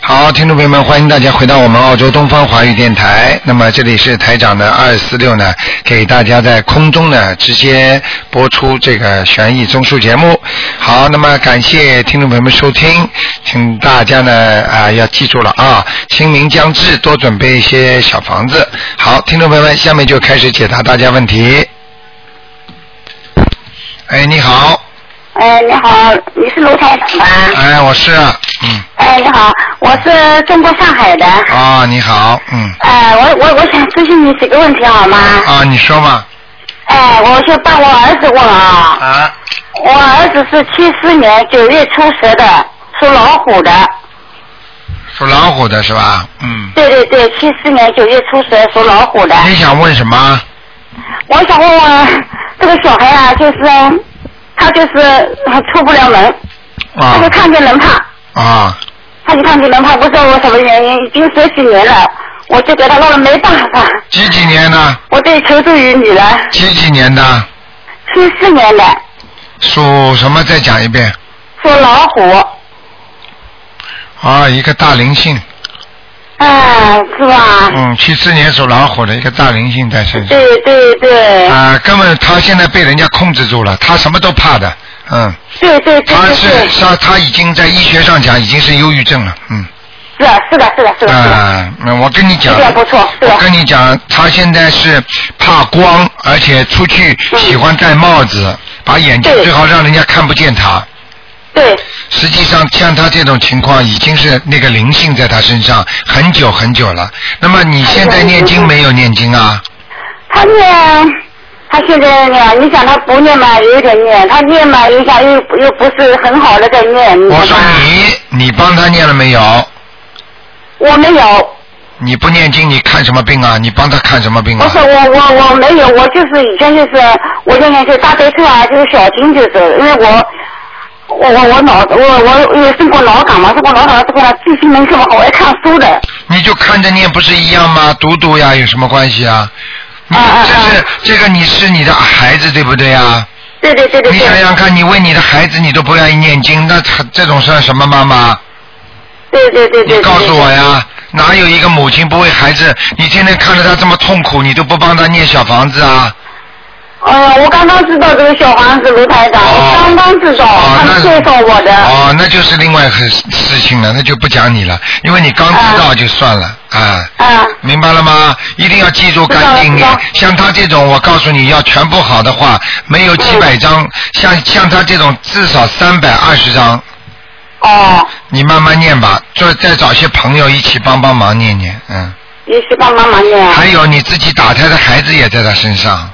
朋友们，欢迎大家回到我们澳洲东方华语电台。那么这里是台长的二四六呢，给大家在空中呢直接播出这个悬疑综述节目。好，那么感谢听众朋友们收听，请大家呢啊、要记住了啊，清明将至，多准备一些小房子。好，听众朋友们，下面就开始解答大家问题。哎，你好，哎，你好，你是卢台长吧？哎，我是，嗯，哎，你好，我是中国上海的。啊、你好，嗯，哎，我我我想咨询你几个问题好吗？啊，你说嘛，哎，我就帮我儿子问啊，啊。我儿子是七四年九月初十的，属老虎的。属老虎的是吧？嗯。对对对，七四年九月初十属老虎的。你想问什么？我想问问这个小孩啊，就是他就是出不了门，他就啊看见人怕。啊他就看见人怕，不知道我什么原因，已经十几年了，我就给他弄了没办法，几几年的？我得求助于你了。几几年的？七四年的，属什么？再讲一遍。属老虎，啊，一个大灵性，哎，是吧？嗯，七四年属老虎的一个大灵性在身上，对对对，啊，根本他现在被人家控制住了，他什么都怕的，嗯，对对对他对是对，他他已经在医学上讲已经是忧郁症了，嗯，是的，是的，是的，是的，是的，啊，嗯我跟你这讲，点不错，是的我，跟你讲，他现在是怕光，而且出去嗯喜欢戴帽子，把眼睛对最好让人家看不见他。对，实际上，像他这种情况，已经是那个灵性在他身上很久很久了。那么你现在念经没有念经啊？他念。他现在念，你想他不念嘛，有一点念；他念嘛，一下又又不是很好的在念，你我知说道吗？你，你帮他念了没有？我没有，你不念经，你看什么病啊？你帮他看什么病不啊是？我我我没有，我就是以前就是我现在就大悲咒啊，就是小经就是，因为我我我我脑我我有生过脑梗嘛，生过脑梗之后呢，记性没这么好，我爱看书的。你就看着念不是一样吗？读读呀，有什么关系啊？你啊啊啊这是这个你是你的孩子对不对啊？对对对对你对，想想哎看，你为你的孩子你都不愿意念经，那他这种算什么妈妈？对对对对。你对告诉我。呀，哪有一个母亲不为孩子？你天天看着他这么痛苦，你都不帮他念小房子啊？呃，我刚刚知道这个小房子卢台长，哦我刚刚知道，哦他那们介绍我的。哦，那就是另外一回事情了，那就不讲你了，因为你刚知道就算了啊。啊，明白了吗？一定要记住干净知道点了知道。像他这种，我告诉你要全部好的话，没有几百张，像像他这种至少三百二十张，哦，你慢慢念吧，再再找些朋友一起帮帮忙念念，嗯。也许帮妈妈念。啊还有你自己打胎的孩子也在他身上，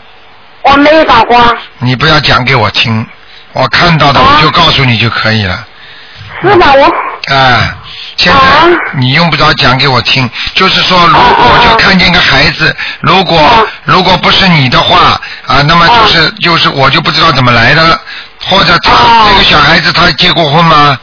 我没有打过，你不要讲给我听，我看到的啊我就告诉你就可以了。是吧？我啊，现在啊你用不着讲给我听，就是说，如啊啊果啊就看见个孩子，如果啊如果不是你的话啊，那么就是就是我就不知道怎么来的了，或者他啊这个小孩子他结过婚吗？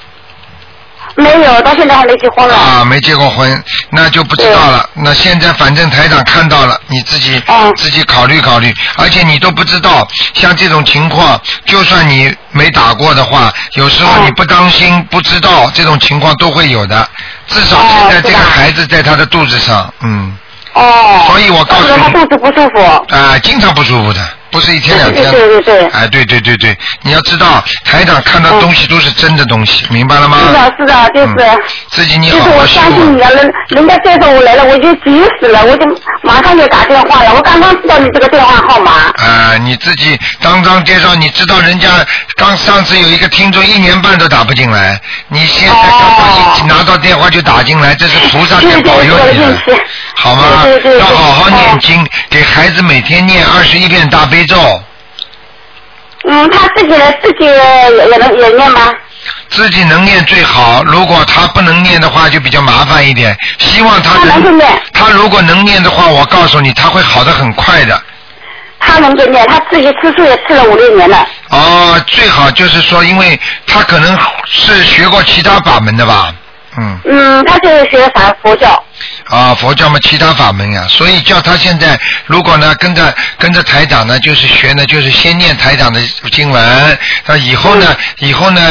没有，到现在还没结婚呢。啊，没结过婚，那就不知道了。那现在反正台长看到了，你自己、嗯自己考虑考虑。而且你都不知道，像这种情况，就算你没打过的话，有时候嗯你不当心、不知道，这种情况都会有的。至少哦现在这是个吧孩子在他的肚子上，嗯，哦。所以我告诉你他肚子不舒服。啊、经常不舒服的，不是一天两天。对对对对哎，对对对对，你要知道，台长看到嗯东西都是真的东西，明白了吗？是的，是的，就是。嗯自己你就好是好我修相信啊你了，人人家介绍我来了，我就急死了，我就马上就打电话了。我刚刚知道你这个电话号码，啊，你自己当当介绍，你知道人家刚上次有一个听众一年半都打不进来，你现在刚哦刚一拿到电话就打进来，这是菩萨在谢谢保佑我的你运了气，好吗对对？对要好好对念哦经，给孩子每天念二十一遍大悲咒，嗯，他自己来自己也也能也念吗？自己能念最好。如果他不能念的话，就比较麻烦一点。希望他他能够能，念，他如果能念的话，我告诉你，他会好的很快的。他能够念，他自己吃素也吃了五六年了。啊哦，最好就是说，因为他可能是学过其他法门的吧。嗯。嗯，他就是学啥佛教。啊，佛教嘛，其他法门呀、所以叫他现在如果呢跟着跟着台长呢，就是学呢，就是先念台长的经文，那以后呢，嗯以后呢，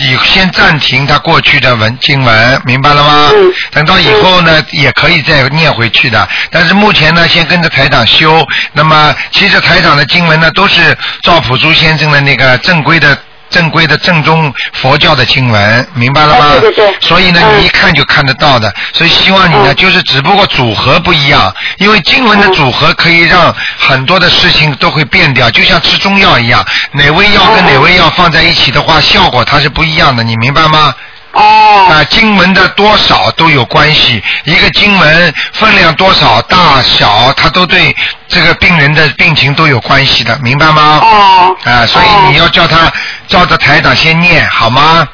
以先暂停他过去的文经文，明白了吗？嗯等到以后呢，也可以再念回去的。但是目前呢，先跟着台长修。那么其实台长的经文呢，都是赵朴珠先生的那个正规的。正规的正宗佛教的经文，明白了吗？哎对对对所以呢，嗯你一看就看得到的。所以希望你呢，嗯就是只不过组合不一样，因为经文的哦组合可以让很多的事情都会变掉，就像吃中药一样，哪味药跟哪味药放在一起的话，效果它是不一样的，你明白吗？哦。啊，经文的多少都有关系。一个经文分量多少、大小，它都对这个病人的病情都有关系的，明白吗？哦。啊，所以你要叫他照着台长先念，好吗？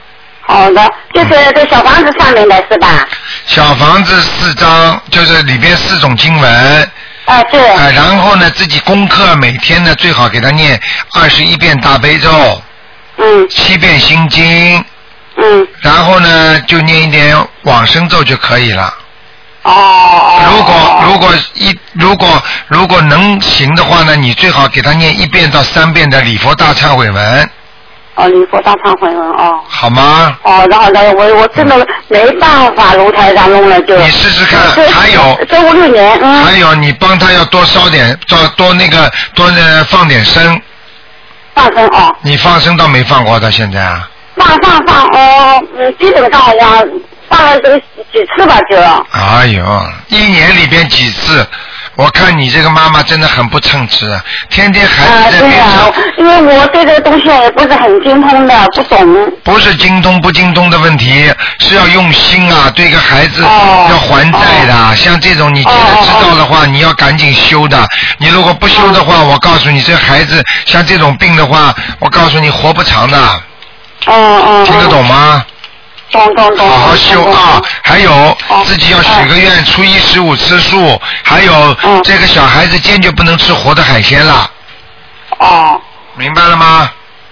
好的，就是嗯这小房子上面的是吧？小房子四章，就是里边四种经文，哎，对。啊，然后呢，自己功课每天呢最好给他念二十一遍大悲咒，嗯七遍心经，嗯。然后呢就念一点往生咒就可以了。哦哦。如果如果一如果如果能行的话呢，你最好给他念一遍到三遍的礼佛大忏悔文，哦，礼佛大忏悔文哦。好吗？哦，然后呢，我我真的没办法，卢台长弄了就。你试试看这还有这五六年，嗯。还有，你帮他要多烧点，多多那个多呃放点生，放生哦，你放生倒没放过到现在啊？放放放哦，嗯，基本上好像放了这个几次吧，就。哎呦，一年里边几次？我看你这个妈妈真的很不称职，啊，天天孩啊，子在对边上、呀，因为我对这个东西也不是很精通的，不懂。不是精通不精通的问题，是要用心啊，对一个孩子哦要还债的。啊像这种你觉得知道的话，你要赶紧修的。啊你如果不修的哦话，我告诉你，这孩子像这种病的话，我告诉你活不长的，嗯嗯。嗯听得懂？吗？懂懂懂。好好修啊懂！还有哦自己要许个愿，初一十五吃素，还有嗯这个小孩子坚决不能吃活的海鲜了，哦，明白了吗？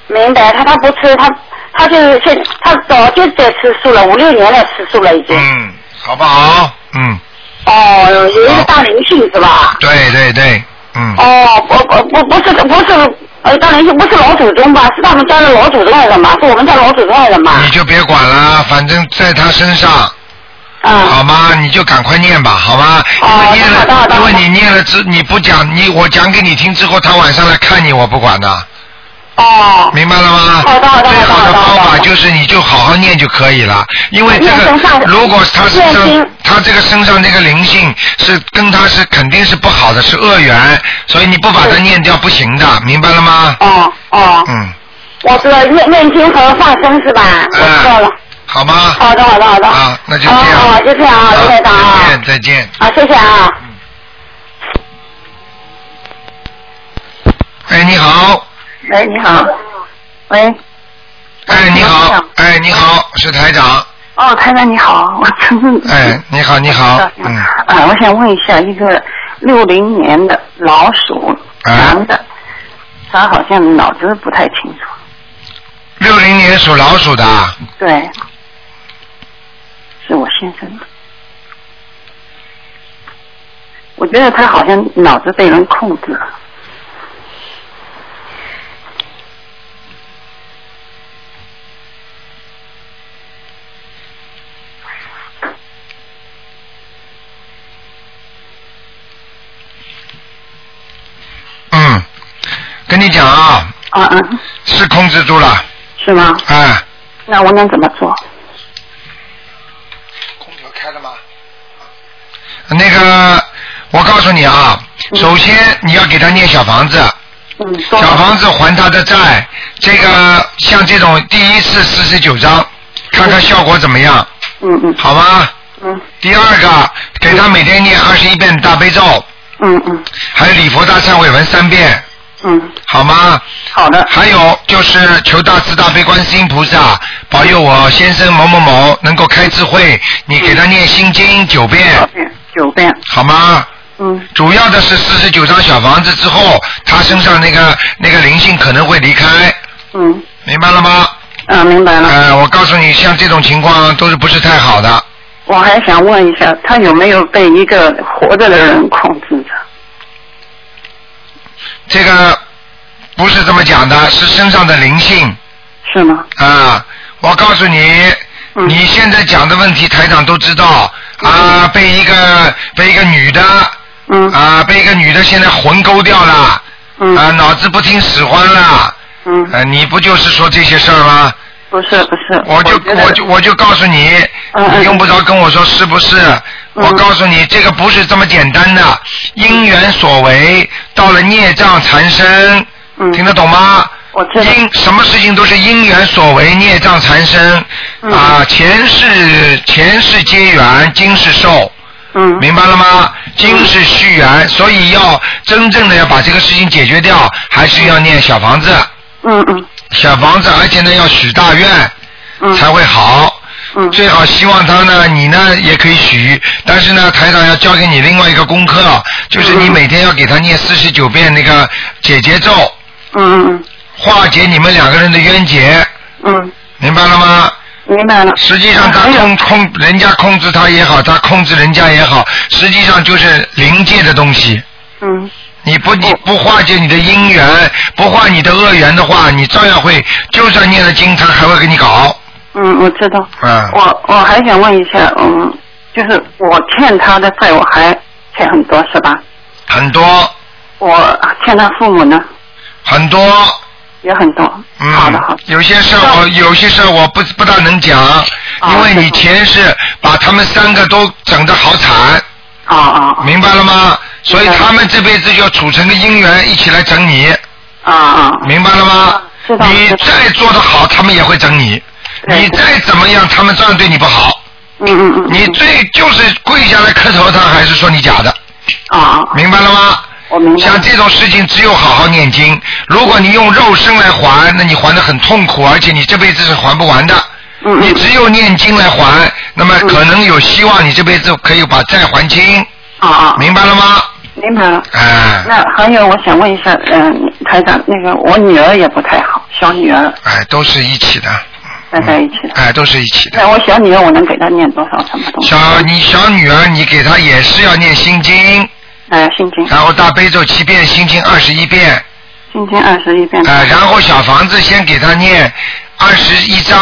明白。他他不吃，他他就是现他早就在吃素了，五六年了吃素了已经。嗯，好不好？嗯，哦，有一个大灵性是吧？对对对，嗯。哦，不不不不是不是，呃，当然就不是老祖宗吧，是他们家的老祖宗来的嘛，是我们家老祖宗来的嘛。你就别管了，反正在他身上，啊好吗？你就赶快念吧，好吗？因哦为念好的好了，的因为你念了之，你不讲，你我讲给你听之后，他晚上来看你，我不管的，哦，明白了吗？好的好的最好好的好的方好法的就是你就好好念就可以了，因为这念身上个如果他身念上经他这个身上这个灵性是跟他是肯定是不好的，是恶缘，所以你不把它是念掉不行的，明白了吗？哦哦，嗯，我知道念念经和放生是吧？我知道了。好吗？好的好的好的。啊，那就这样。哦，就这样啊，好刘台长啊再见，。嗯再见。啊，谢谢啊。哎，你好，喂，你好。喂，哎，你台好长，哎，你好，是台长，哦，台长你好，我真的。哎，你好，你好，嗯，啊，我想问一下，一个六零年的老鼠啊男的，他好像脑子不太清楚。六零年属老鼠的啊，对，是我先生的。我觉得他好像脑子被人控制了。嗯，跟你讲啊，啊嗯，是控制住了，是吗？哎，那我能怎么做？空调开了吗？那个，我告诉你啊，首先你要给他念小房子，嗯，多小房子还他的债，这个像这种第一次四十九章，看看效果怎么样，嗯嗯好吗？嗯第二个，给他每天念二十一遍大悲咒，嗯嗯还有礼佛大忏悔文三遍，嗯，好吗？好的，还有就是求大慈大悲观世音菩萨保佑我先生某某某能够开智慧，你给他念心经九九遍，遍九遍，好吗？嗯。主要的是四十九张小房子之后，他身上那个那个灵性可能会离开，嗯啊明白了吗？嗯，明白了。呃，我告诉你，像这种情况都是不是太好的。我还想问一下，他有没有被一个活着的人控制着？这个不是这么讲的，是身上的灵性是吗？啊！我告诉你，嗯你现在讲的问题，台长都知道啊，被一个被一个女的嗯啊，被一个女的现在魂勾掉了啊，嗯脑子不听使唤了。嗯，呃，你不就是说这些事儿吗？不是不是，我就觉得我就我就告诉你，嗯你嗯用不着跟我说是不是。我嗯告诉你，这个不是这么简单的，因缘所为，到了孽障缠身，嗯听得懂吗？我知道因什么事情都是因缘所为，孽障缠身嗯啊，前世前世皆缘，今世受，嗯明白了吗？今世续缘，所以要真正的要把这个事情解决掉，还是要念小房子，嗯嗯小房子，而且呢要许大愿嗯才会好。嗯最好希望他呢，你呢也可以许，但是呢，台长要教给你另外一个功课，啊就是你嗯每天要给他念四十九遍那个解结咒，嗯化解你们两个人的冤结，嗯嗯，明白了吗？明白了。实际上他还有控控人家控制他也好，他控制人家也好，实际上就是灵界的东西。嗯你不你不化解你的因缘，不化你的恶缘的话，你照样会，就算念了经，他还会给你搞。嗯，我知道。嗯我我还想问一下，嗯，就是我欠他的债，我还欠很多是吧？很多我欠他父母呢很多，也很多。嗯，好的好哦的。有些事儿我有些事儿我不不大能讲，因为你前世把他们三个都整得好惨，啊啊明白了吗？所以明白他们这辈子就要处成个姻缘，一起来整你，啊啊！明白了吗？知道你知道再做得好，他们也会整你；对你再怎么样，他们照样对你不好。嗯嗯嗯。你最就是跪下来磕头，他还是说你假的，啊啊！明白了吗？我明白了。像这种事情，只有好好念经。如果你用肉身来还，那你还的很痛苦，而且你这辈子是还不完的。嗯你嗯只有念经来还，那么可能有希望，你这辈子可以把债还清，啊啊！明白了吗？明白了。哎，那还有，我想问一下，嗯、台长，那个我女儿也不太好，小女儿哎，都是一起的，待在一起的。哎，都是一起的。那我小女儿，我能给她念多少什么东西？小你小女儿，你给她也是要念心经，哎，心经，然后大悲咒七遍，心经二十一遍，心经二十一遍。哎，然后小房子先给她念二十一章，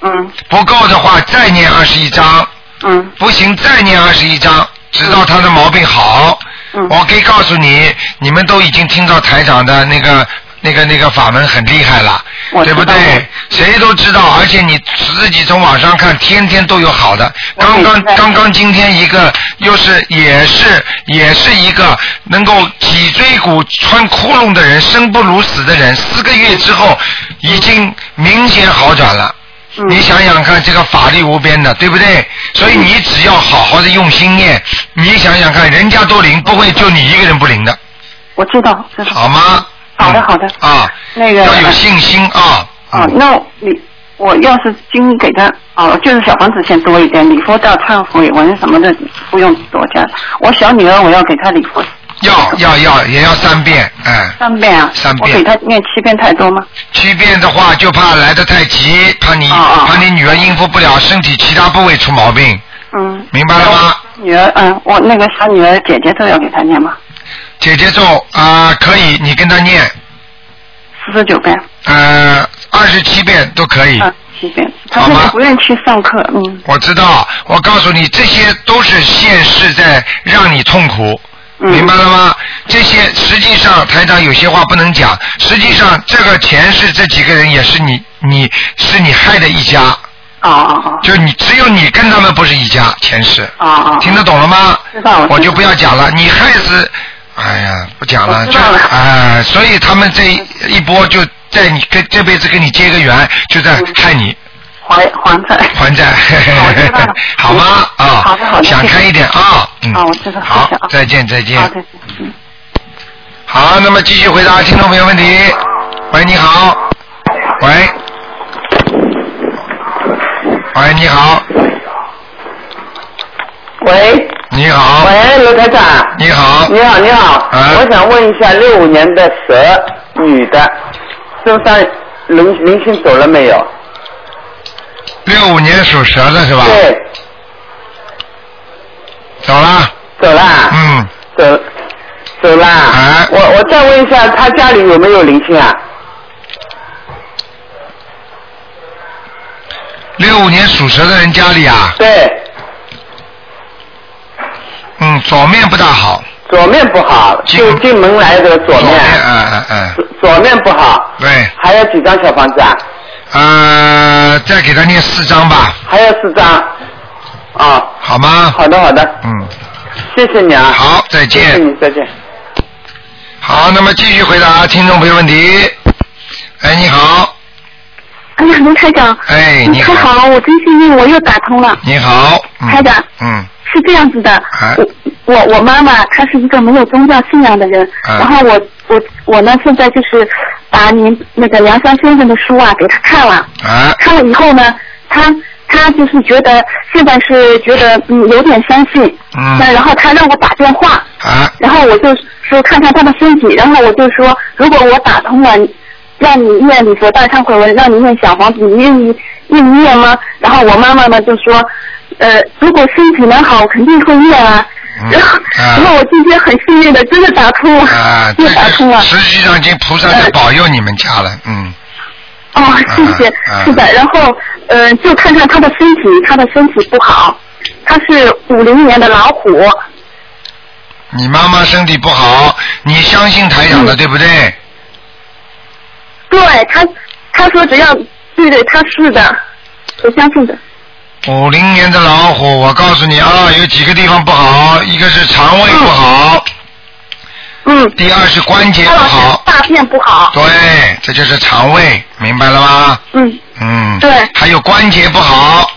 嗯不够的话再念二十一章，嗯不行再念二十一章，直到她的毛病好。嗯。我可以告诉你，你们都已经听到台长的那个、那个、那个法门很厉害了，我对不对知道了？谁都知道，而且你自己从网上看，天天都有好的。我刚明白刚刚刚今天一个，又是也是也是一个能够脊椎骨穿窟窿的人，生不如死的人，四个月之后已经明显好转了。嗯你想想看，这个法力无边的，对不对？所以你只要好好的用心念，你想想看，人家都灵，不会就你一个人不灵的，我知道，知道。好吗？好的嗯好的啊，那个要有信心啊。啊，嗯那你我要是经给他哦，就是小房子先多一点，礼佛大忏悔文什么的不用多加。我小女儿我要给她礼佛要要要，也要三遍，哎，三遍啊，三遍我给她念七遍太多吗？七遍的话就怕来得太急，怕你啊啊怕你女儿应付不了，身体其他部位出毛病，嗯。明白了吗？女儿，嗯，我那个小女儿姐姐都要给她念吗？姐姐咒啊、可以，你跟她念，四十九遍，呃，二十七遍都可以。啊，七遍。她嗯好吗现在不愿意去上课，嗯我知道，我告诉你，这些都是现世在让你痛苦，嗯。明白了吗？这些实际上台长有些话不能讲，实际上这个前世这几个人也是你，你是你害的一家，哦哦哦。就你只有你跟他们不是一家，前世，哦哦。听得懂了吗？知道了我就知道不要讲了，你害死，哎呀，不讲了，我就知道了哎、所以他们这一波就在你跟这辈子跟你结个缘，就在嗯害你。还还债。还债好我知道了，嗯好吗？啊，好的好的。想开一点啊，嗯，啊，我知道，好谢谢啊，再见再见好，，再见。嗯。好，那么继续回答听众朋友问题。喂，你好，喂，喂，你好，喂，你好，喂，罗台长，你好，你好，你好，哎我想问一下，六五年的蛇女的，身上明明星走了没有？六五年属蛇的是吧？对，走了，走啦，嗯，走走啦。哎我我再问一下，他家里有没有灵性啊？六五年属蛇的人家里啊，对，嗯，左面不大好，左面不好，进就进门来的左左面，嗯嗯嗯，左左面不好，对，还有几张小房子啊？呃，再给他念四张吧，还有四张。啊，好吗？好的好的，嗯，谢谢你啊。，好，再谢谢嗯见。你，再见。好，那么继续回答听众朋友问题。哎，你好，哎呀，卢台长，哎，你太好，好了，我真幸运，我又打通了。你好，嗯台长嗯，是这样子的，哎我我我妈妈她是一个没有宗教信仰的人，哎然后我我我呢现在就是把您那个梁山先生的书啊给她看了，哎，看了以后呢，她她就是觉得现在是觉得嗯有点相信，嗯那然后她让我打电话，哎，然后我就说看看他的身体，然后我就说，如果我打通了，让你念礼佛大忏悔文，让你念小房子，你愿意愿意念吗？然后我妈妈呢就说，呃，如果身体能好，我肯定会念啊。嗯然后，啊 然后我今天很幸运的，真的打通了，啊，这 又打通个了。实际上已经菩萨在保佑你们家了，嗯，哦，谢谢，啊啊是的。然后，呃，就看看他的身体，他的身体不好，他是五零年的老虎。你妈妈身体不好，你相信台长嗯的、对不对？对他，他说只要对对，他是的，我相信的。五零年的老虎，我告诉你啊，有几个地方不好，一个是肠胃不好，嗯，第二是关节他不老是好，大便不好。对，这就是肠胃，明白了吗？嗯，嗯，对还有关节不好，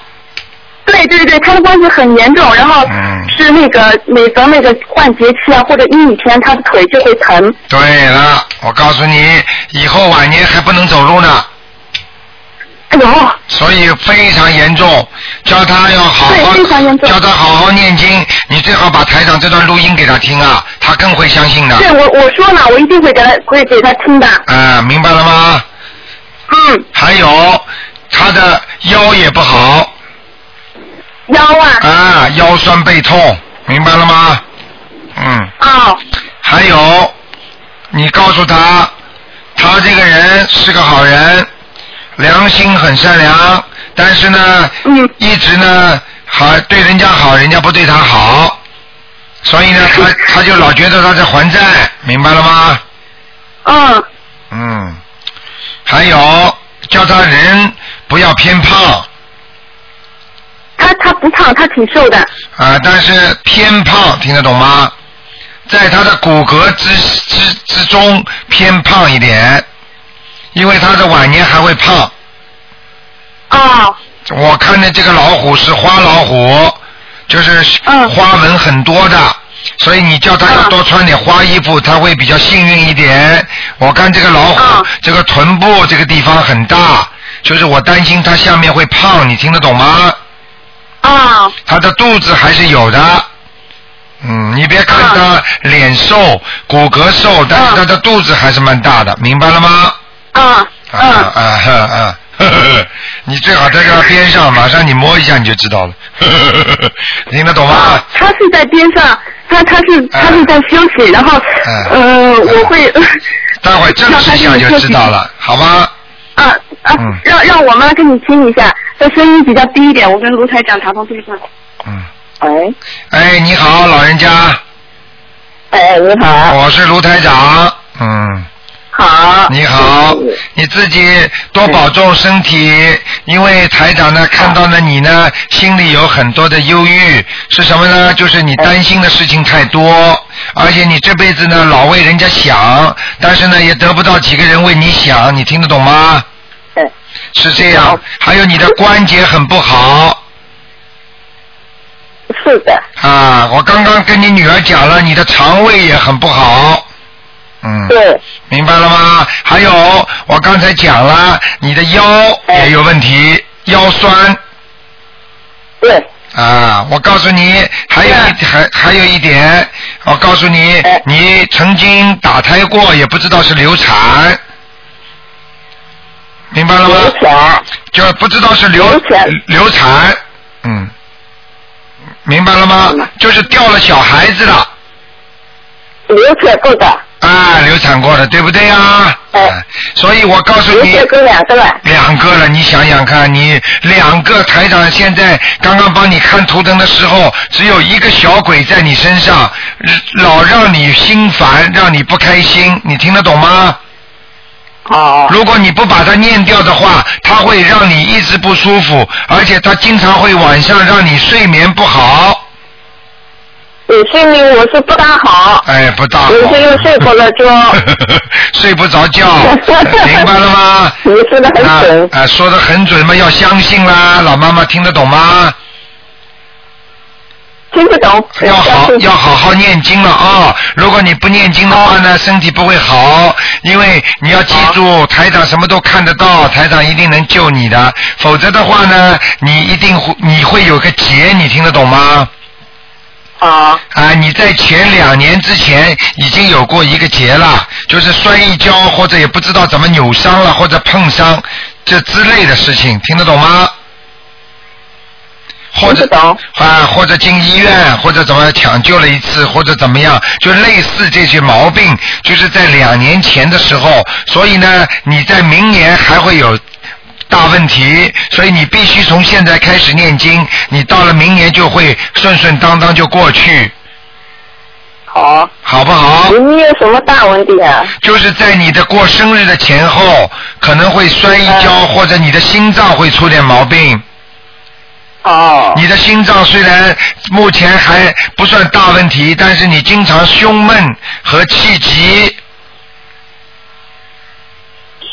对对对，他的关节很严重，然后嗯是那个每逢那个换节气啊，或者阴雨天，他的腿就会疼。对了，我告诉你，以后晚年还不能走路呢，哎呦，所以非常严重，叫他要好好，对非常严重叫他好好念经，你最好把台长这段录音给他听啊，他更会相信的。对我我说了，我一定会给他会给他听的。啊，明白了吗？嗯，还有他的腰也不好腰啊，啊，腰酸背痛，明白了吗？嗯，哦，还有你告诉他，他这个人是个好人，良心很善良，但是呢，嗯一直呢还对人家好，人家不对他好，所以呢，他他就老觉得他在还债，明白了吗？嗯，嗯，还有叫他人不要偏胖他他不胖，他挺瘦的。啊，但是偏胖听得懂吗？在他的骨骼之之之中偏胖一点，因为他的晚年还会胖。哦，我看见这个老虎是花老虎，就是嗯花纹很多的，所以你叫他要嗯多穿点花衣服，他会比较幸运一点。我看这个老虎嗯，这个臀部这个地方很大，就是我担心它下面会胖，你听得懂吗？哦，它的肚子还是有的。嗯，你别看它脸瘦、骨骼瘦，但是嗯它的肚子还是蛮大的，明白了吗？哦，啊啊嗯，啊啊！ 呵呵呵你最好在它边上，马上你摸一下你就知道了。 呵呵呵呵听得懂吗？哦他是在边上，他他是他是在休息，然后嗯，呃，我会。待 会儿证实一下就知道了，好吗？啊啊嗯，让让我妈跟你听一下，这声音比较低一点，我跟卢台长打通电话。嗯。喂，哎，你好，老人家，哎，你好，我是卢台长。嗯，好你好，你自己多保重身体，因为台长呢看到了你呢，心里有很多的忧郁，是什么呢？就是你担心的事情太多，而且你这辈子呢老为人家想，但是呢也得不到几个人为你想，你听得懂吗？哎，是这样，还有你的关节很不好。是的，啊，我刚刚跟你女儿讲了，你的肠胃也很不好。嗯，对，明白了吗？还有，我刚才讲了，你的腰也有问题，腰酸对，啊。我告诉你，还有一还还有一点，我告诉你哎，你曾经打胎过，也不知道是流产。明白了吗？流产，就是不知道是流流产流产，嗯，明白了吗？就是掉了小孩子了，流产够的，啊，流产过的，对不对呀？哎啊所以我告诉流你，产够两个了，两个了，你想想看，你两个台长现在刚刚帮你看图腾的时候，只有一个小鬼在你身上，老让你心烦，让你不开心，你听得懂吗？哦，如果你不把它念掉的话，它会让你一直不舒服，而且它经常会晚上让你睡眠不好，你睡眠嗯我是不大好，哎，不大好。有时又睡过了 就睡不着觉，明白了 吗？你说的啊很准，啊，说的很准嘛，要相信啦，老妈妈听得懂吗？听不懂，要好要好好念经了啊！如果你不念经的话呢，身体不会好，因为你要记住，台长什么都看得到，台长一定能救你的。否则的话呢，你一定会你会有个结，你听得懂吗？啊，啊，你在前两年之前已经有过一个结了，就是摔一跤或者也不知道怎么扭伤了或者碰伤这之类的事情，听得懂吗？或者听得懂啊，或者进医院，或者怎么抢救了一次，或者怎么样，就类似这些毛病，就是在两年前的时候，所以呢，你在明年还会有大问题，所以你必须从现在开始念经，你到了明年就会顺顺当当就过去，好，好不好？你们有什么大问题啊？就是在你的过生日的前后，可能会摔一跤，嗯或者你的心脏会出点毛病。哦，你的心脏虽然目前还不算大问题，但是你经常胸闷和气急，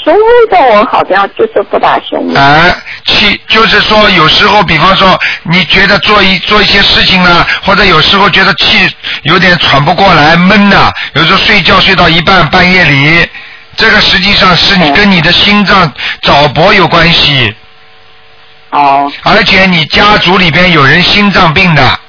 胸闷我好像就是不大胸嗯闷，啊，气就是说有时候，比方说你觉得做一做一些事情呢，或者有时候觉得气有点喘不过来，闷呐、有时候睡觉睡到一半半夜里，这个实际上是你跟你的心脏早搏有关系，哦，而且你家族里边有人心脏病的，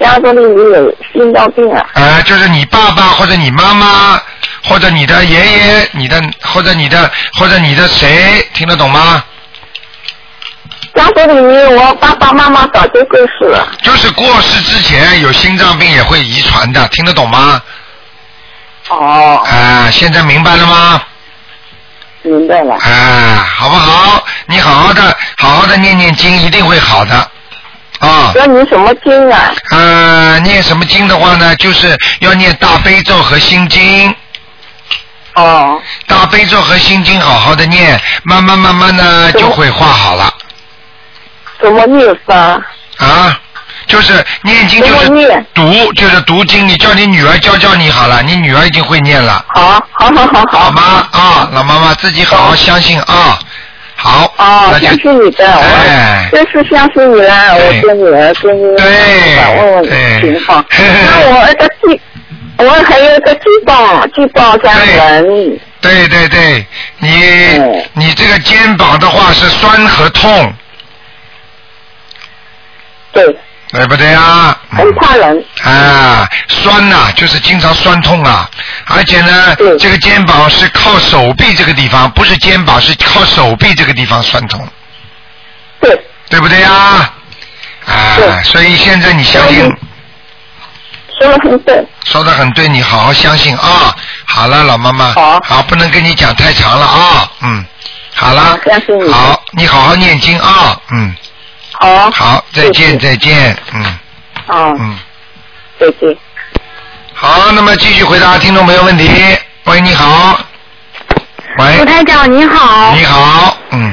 家族里面有心脏病啊，啊，就是你爸爸或者你妈妈。或者你的爷爷、你的或者你的或者你的谁听得懂吗？家族里面我爸爸妈妈早就过世了，就是过世之前有心脏病也会遗传的，听得懂吗？哦，啊，现在明白了吗？明白了，啊，好不好？你好好的，好好的念念经，一定会好的。啊，那你什么经啊？呃，念什么经的话呢，就是要念大悲咒和心经。哦，大悲咒和心经好好的念，慢慢慢慢的就会画好了怎么念法？啊。就是念经就怎么是念读，就是读经。你叫你女儿教教你好了，你女儿已经会念了，好，好好好好吗？啊，老妈妈自己好好相信啊。好，哦那，就相信你的，哎我真是相信你了。对我跟女儿跟你对访问问对情况，那我儿子寄，我还有一个寄报，寄报家人，对对对，你、嗯你这个肩膀的话是酸和痛，对，对不对啊？很怕人，啊，酸呐、就是经常酸痛啊，而且呢，对这个肩膀是靠手臂这个地方，不是肩膀，是靠手臂这个地方酸痛，对，对不对啊？啊，对所以现在你相信嗯，说的很对，说的很对，你好好相信啊。好了，老妈妈，好不能跟你讲太长了啊，嗯，好了好，相信你好，你好好念经啊，嗯。好，好，再见，谢谢再见，嗯哦，嗯，再见。好，那么继续回答听众朋友问题。喂，你好，卢喂，台长您好。哎 你好，嗯，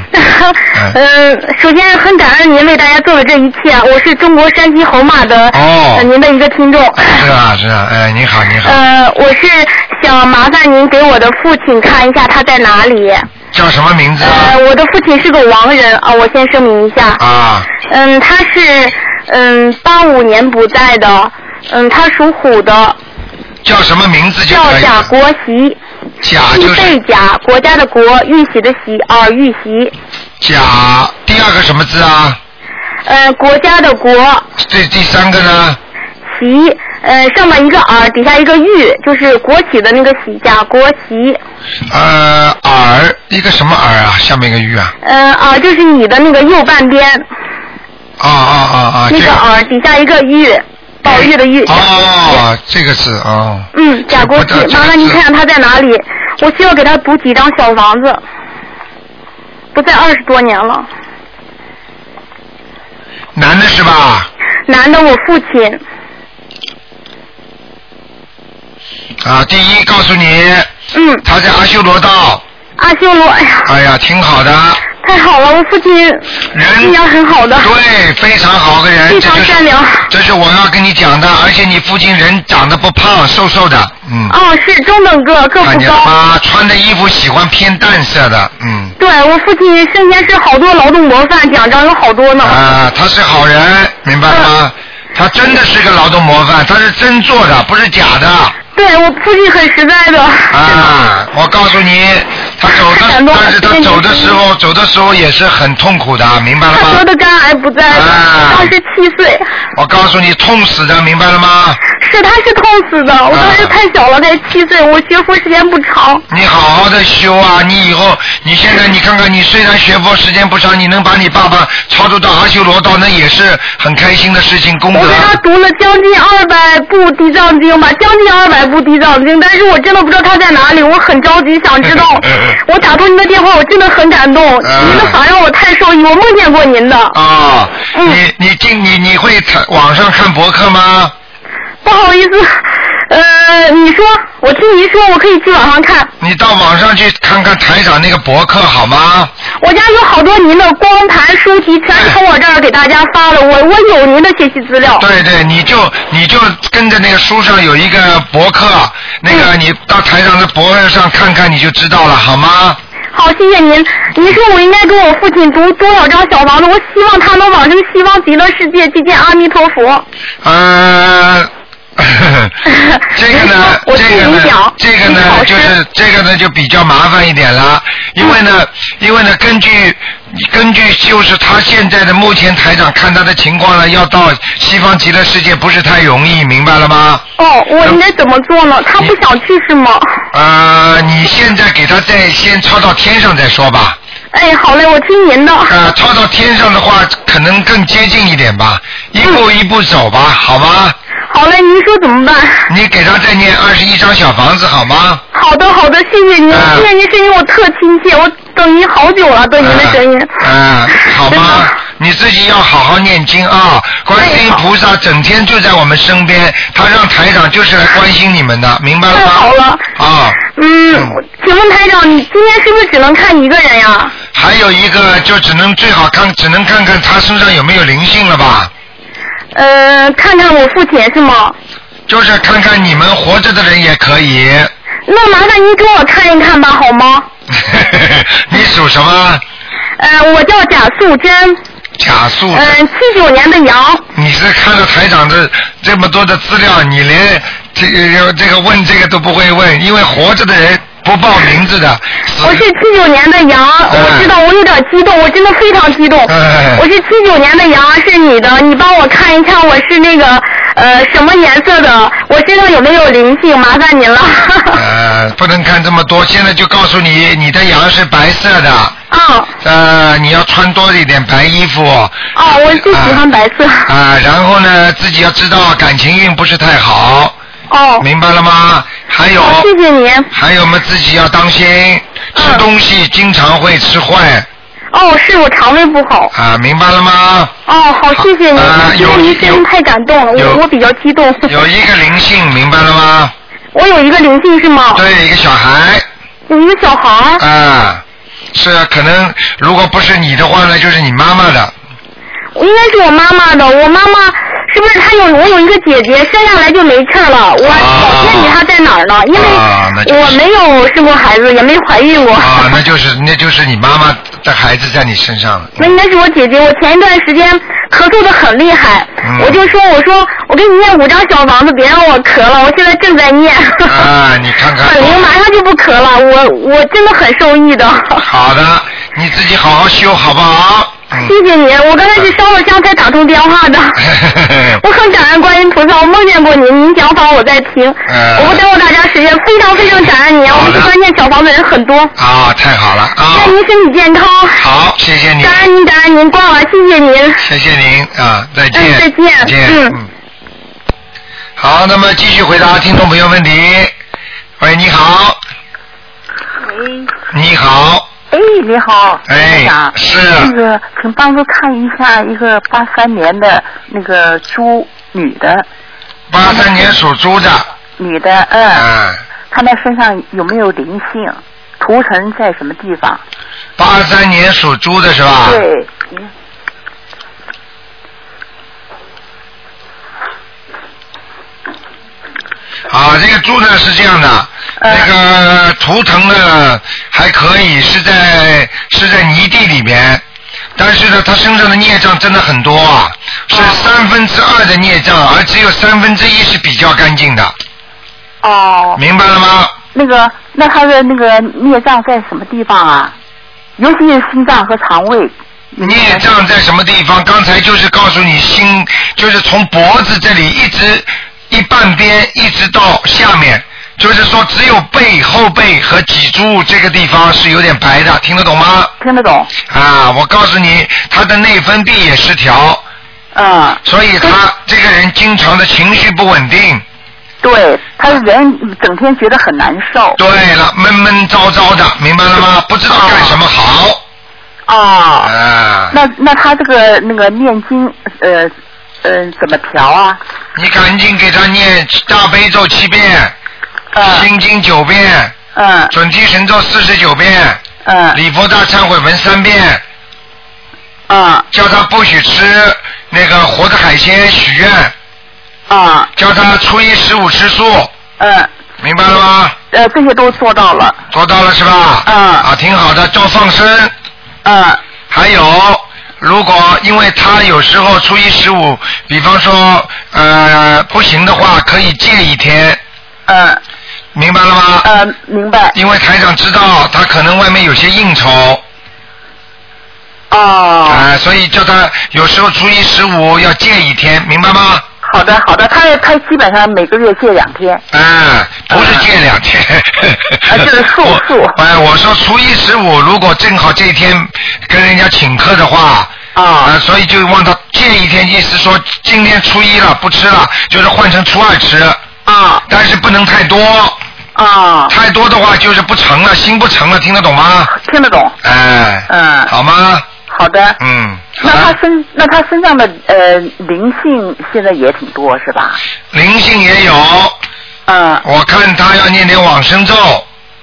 嗯，首先很感恩您为大家做的这一切啊，我是中国山西侯马的、呃哦，您的一个听众。是啊是啊，哎，你好你好， 呃，我是想麻烦您给我的父亲看一下他在哪里。啊叫什么名字啊呃，？我的父亲是个亡人啊、我先声明一下。啊，嗯，他是嗯八五年不在的，嗯，他属虎的，叫什么名字就叫可以贾了。国玺，甲一啊就是贝甲，国家的国，玉玺的玺啊，玉玺，甲，第二个什么字啊？呃，国家的国，这第三个呢？旗，呃，上面一个耳，底下一个玉，就是国企的那个玺，甲国旗。呃，耳一个什么耳啊？下面一个玉啊？呃啊，就是你的那个右半边。啊啊啊啊！那这哎个耳底下一个玉，宝玉的玉。哦，这个字哦，嗯，贾国这个不基，这个麻烦您字看看他在哪里。我需要给他读几张小房子，不在二十多年了。男的是吧？男的，我父亲，啊，第一告诉你，嗯，他在阿修罗道，阿修罗，哎呀，哎呀，挺好的，太好了，我父亲信仰很好的，对，非常好个人，这非常就是善良。这是我要跟你讲的，而且你父亲人长得不胖，瘦瘦的，嗯，哦，是中等个，个看不见了高。吗？穿的衣服喜欢偏淡色的，嗯，对我父亲生前是好多劳动模范奖章，有好多呢。啊，他是好人，明白吗？嗯他真的是个劳动模范，他是真做的，不是假的。对我父亲很实在的，啊，我告诉你，他走的，但是他走的时候，走的时候也是很痛苦的，明白了他得吗？的肝癌不在了，啊当时七岁，我告诉你，痛死的，明白了吗？是他是痛死的，我当时太小了，才七岁，我学佛时间不长。你好好的修啊！你以后，你现在你看看，你虽然学佛时间不长，你能把你爸爸超度到阿修罗道，那也是很开心的事情，功德。我。给他读了将近二百部地藏经吧，将近二百部地藏经，但是我真的不知道他在哪里，我很着急想知道嗯我打通您的电话，我真的很感动，您的法让我太受益，我梦见过您的。啊、嗯你你进你你会看网上看博客吗？不好意思，呃，你说，我听您说，我可以去网上看。你到网上去看看台长那个博客好吗？我家有好多您的光盘、书籍，全从我这儿给大家发嗯了。我我有您的学习资料。对对，你就你就跟着那个书上有一个博客，那个嗯你到台上的博客上看看，你就知道了，好吗？好，谢谢您。您说我应该给我父亲读多少张小房子？我希望他能往生西方极乐世界，去见阿弥陀佛。呃， 这个呢，我这个嗯听你呢讲，这个呢你好，就是这个呢就比较麻烦一点了，因为呢，因为呢，根据根据就是他现在的目前台长看他的情况呢，要到西方极乐世界不是太容易，明白了吗？哦，我嗯应该怎么做呢？他不想去是吗？呃，你现在给他再先抄到天上再说吧。哎，好嘞，我听您的。呃，抄到天上的话，可能更接近一点吧，一步一步走吧，好吗？好嘞，您说怎么办？你给他再念二十一张小房子，好吗？好的，好的，谢谢您，啊谢谢您声音，我特亲切，我等您好久了，等您的声音。啊、好吗？你自己要好好念经啊！观世音菩萨整天就在我们身边，他让台长就是来关心你们的，明白了太吗？好了，啊， 嗯，请问台长，你今天是不是只能看一个人呀？还有一个就只能最好看，只能看看他身上有没有灵性了吧？呃，看看我父亲是吗？就是看看你们活着的人也可以。 那麻烦您给我看一看吧，好吗？你属什么？呃，我叫贾素贞，贾素嗯、贞。呃，七九年的羊，你是看了台长的这么多的资料，你连这个这个问这个都不会问，因为活着的人不报名字的，死我是七九年的羊，我知嗯道我有点激动，我真的非常激动。哎我是七九年的羊，是你的，你帮我看一看我是那个呃什么颜色的，我身上有没有灵性，麻烦您了。呃不能看这么多。现在就告诉你，你的羊是白色的， 啊呃，你要穿多一点白衣服啊、啊，我最喜欢白色。然后呢，自己要知道感情运不是太好，哦，明白了吗？还嗯有好，谢谢您。还有我们自己要当心，吃东西经常会吃坏哦，是我肠胃不好。啊、明白了吗？哦，好，谢谢您，啊谢谢有您声有音太感动了，有我我比较激动。有一个灵性，明白了吗？我有一个灵性是吗？对，一个小孩有一个小孩儿，啊，是啊可能如果不是你的话呢，就是你妈妈的。应该是我妈妈的。我妈妈是不是她有我有一个姐姐，生下来就没气儿了？我老惦记她在哪儿呢？因啊那就为是我没有生过孩子，也没怀孕过。啊，那就是那就是你妈妈的孩子在你身上了。那应该是我姐姐。我前一段时间咳嗽的很厉害，嗯我就说我说我给你念五张小房子，别让我咳了。我现在正在念， 啊，你看看。很灵，马上就不咳嗯了。我我真的很受益的。好的，你自己好好修好不好？ 嗯谢谢您，我刚才是烧了香才打通电话的，我很感恩观音菩萨，我梦见过您，您讲法我在听，嗯我耽误大家时间，非常非常感恩您，我们关键小房子人很多， 啊，太好了啊！愿您身体健康，好，谢谢你，感恩您，感恩您，挂了，谢谢您，谢谢您啊，再见，嗯再见嗯嗯。好，那么继续回答听众朋友问题。喂，你好，喂，你好，哎，你好，哎台长，是那个，请帮助看一下一个八三年的那个猪女的，八三年属猪的，女的，嗯，嗯，她那身上有没有灵性？图腾在什么地方？八三年属猪的是吧？对，嗯啊，这个猪呢是这样的，呃那个图腾呢还可以，是在是在泥地里面，但是呢，它身上的孽障真的很多啊，是三分之二的孽障，而只有三分之一是比较干净的，哦，明白了吗？那个，那她的那个孽障在什么地方啊？尤其是心脏和肠胃。孽障在什么地方？刚才就是告诉你心，就是从脖子这里一直一半边一直到下面，就是说只有背后背和脊柱这个地方是有点白的，听得懂吗？听得懂？啊，我告诉你，他的内分泌也失调，嗯，所以他这个人经常的情绪不稳定。对，她人整天觉得很难受。对了，闷闷糟糟的，明白了嗯吗？不知道干什么好。哦。啊，那那他这个那个念经，呃呃，怎么调啊？你赶紧给他念大悲咒七遍，嗯心经九遍，嗯准提神咒四十九遍，嗯礼佛大忏悔文三遍，嗯叫他不许吃那个活的海鲜，许愿，嗯叫他初一十五吃素，嗯，明白了吗？呃，这些都做到了。做到了是吧？嗯啊，挺好的，照放生。嗯还有，如果因为他有时候初一十五，比方说呃不行的话，可以借一天，嗯明白了吗？呃，明白。因为台长知道他可能外面有些应酬，啊、哦，所以叫他有时候初一十五要借一天，明白吗？好的好的，他他基本上每个月借两天。啊，不是借两天，嗯啊 就是数我数哎，我说初一十五，如果正好这一天跟人家请客的话，啊、啊所以就往他借一天，意思说今天初一了不吃了，就是换成初二吃，啊但是不能太多，啊，太多的话就是不成了，心不成了，听得懂吗？听得懂。哎，嗯，好吗？好的。嗯，那好他了身那他身上的呃灵性现在也挺多是吧？灵性也有，嗯我看他要念点往生咒，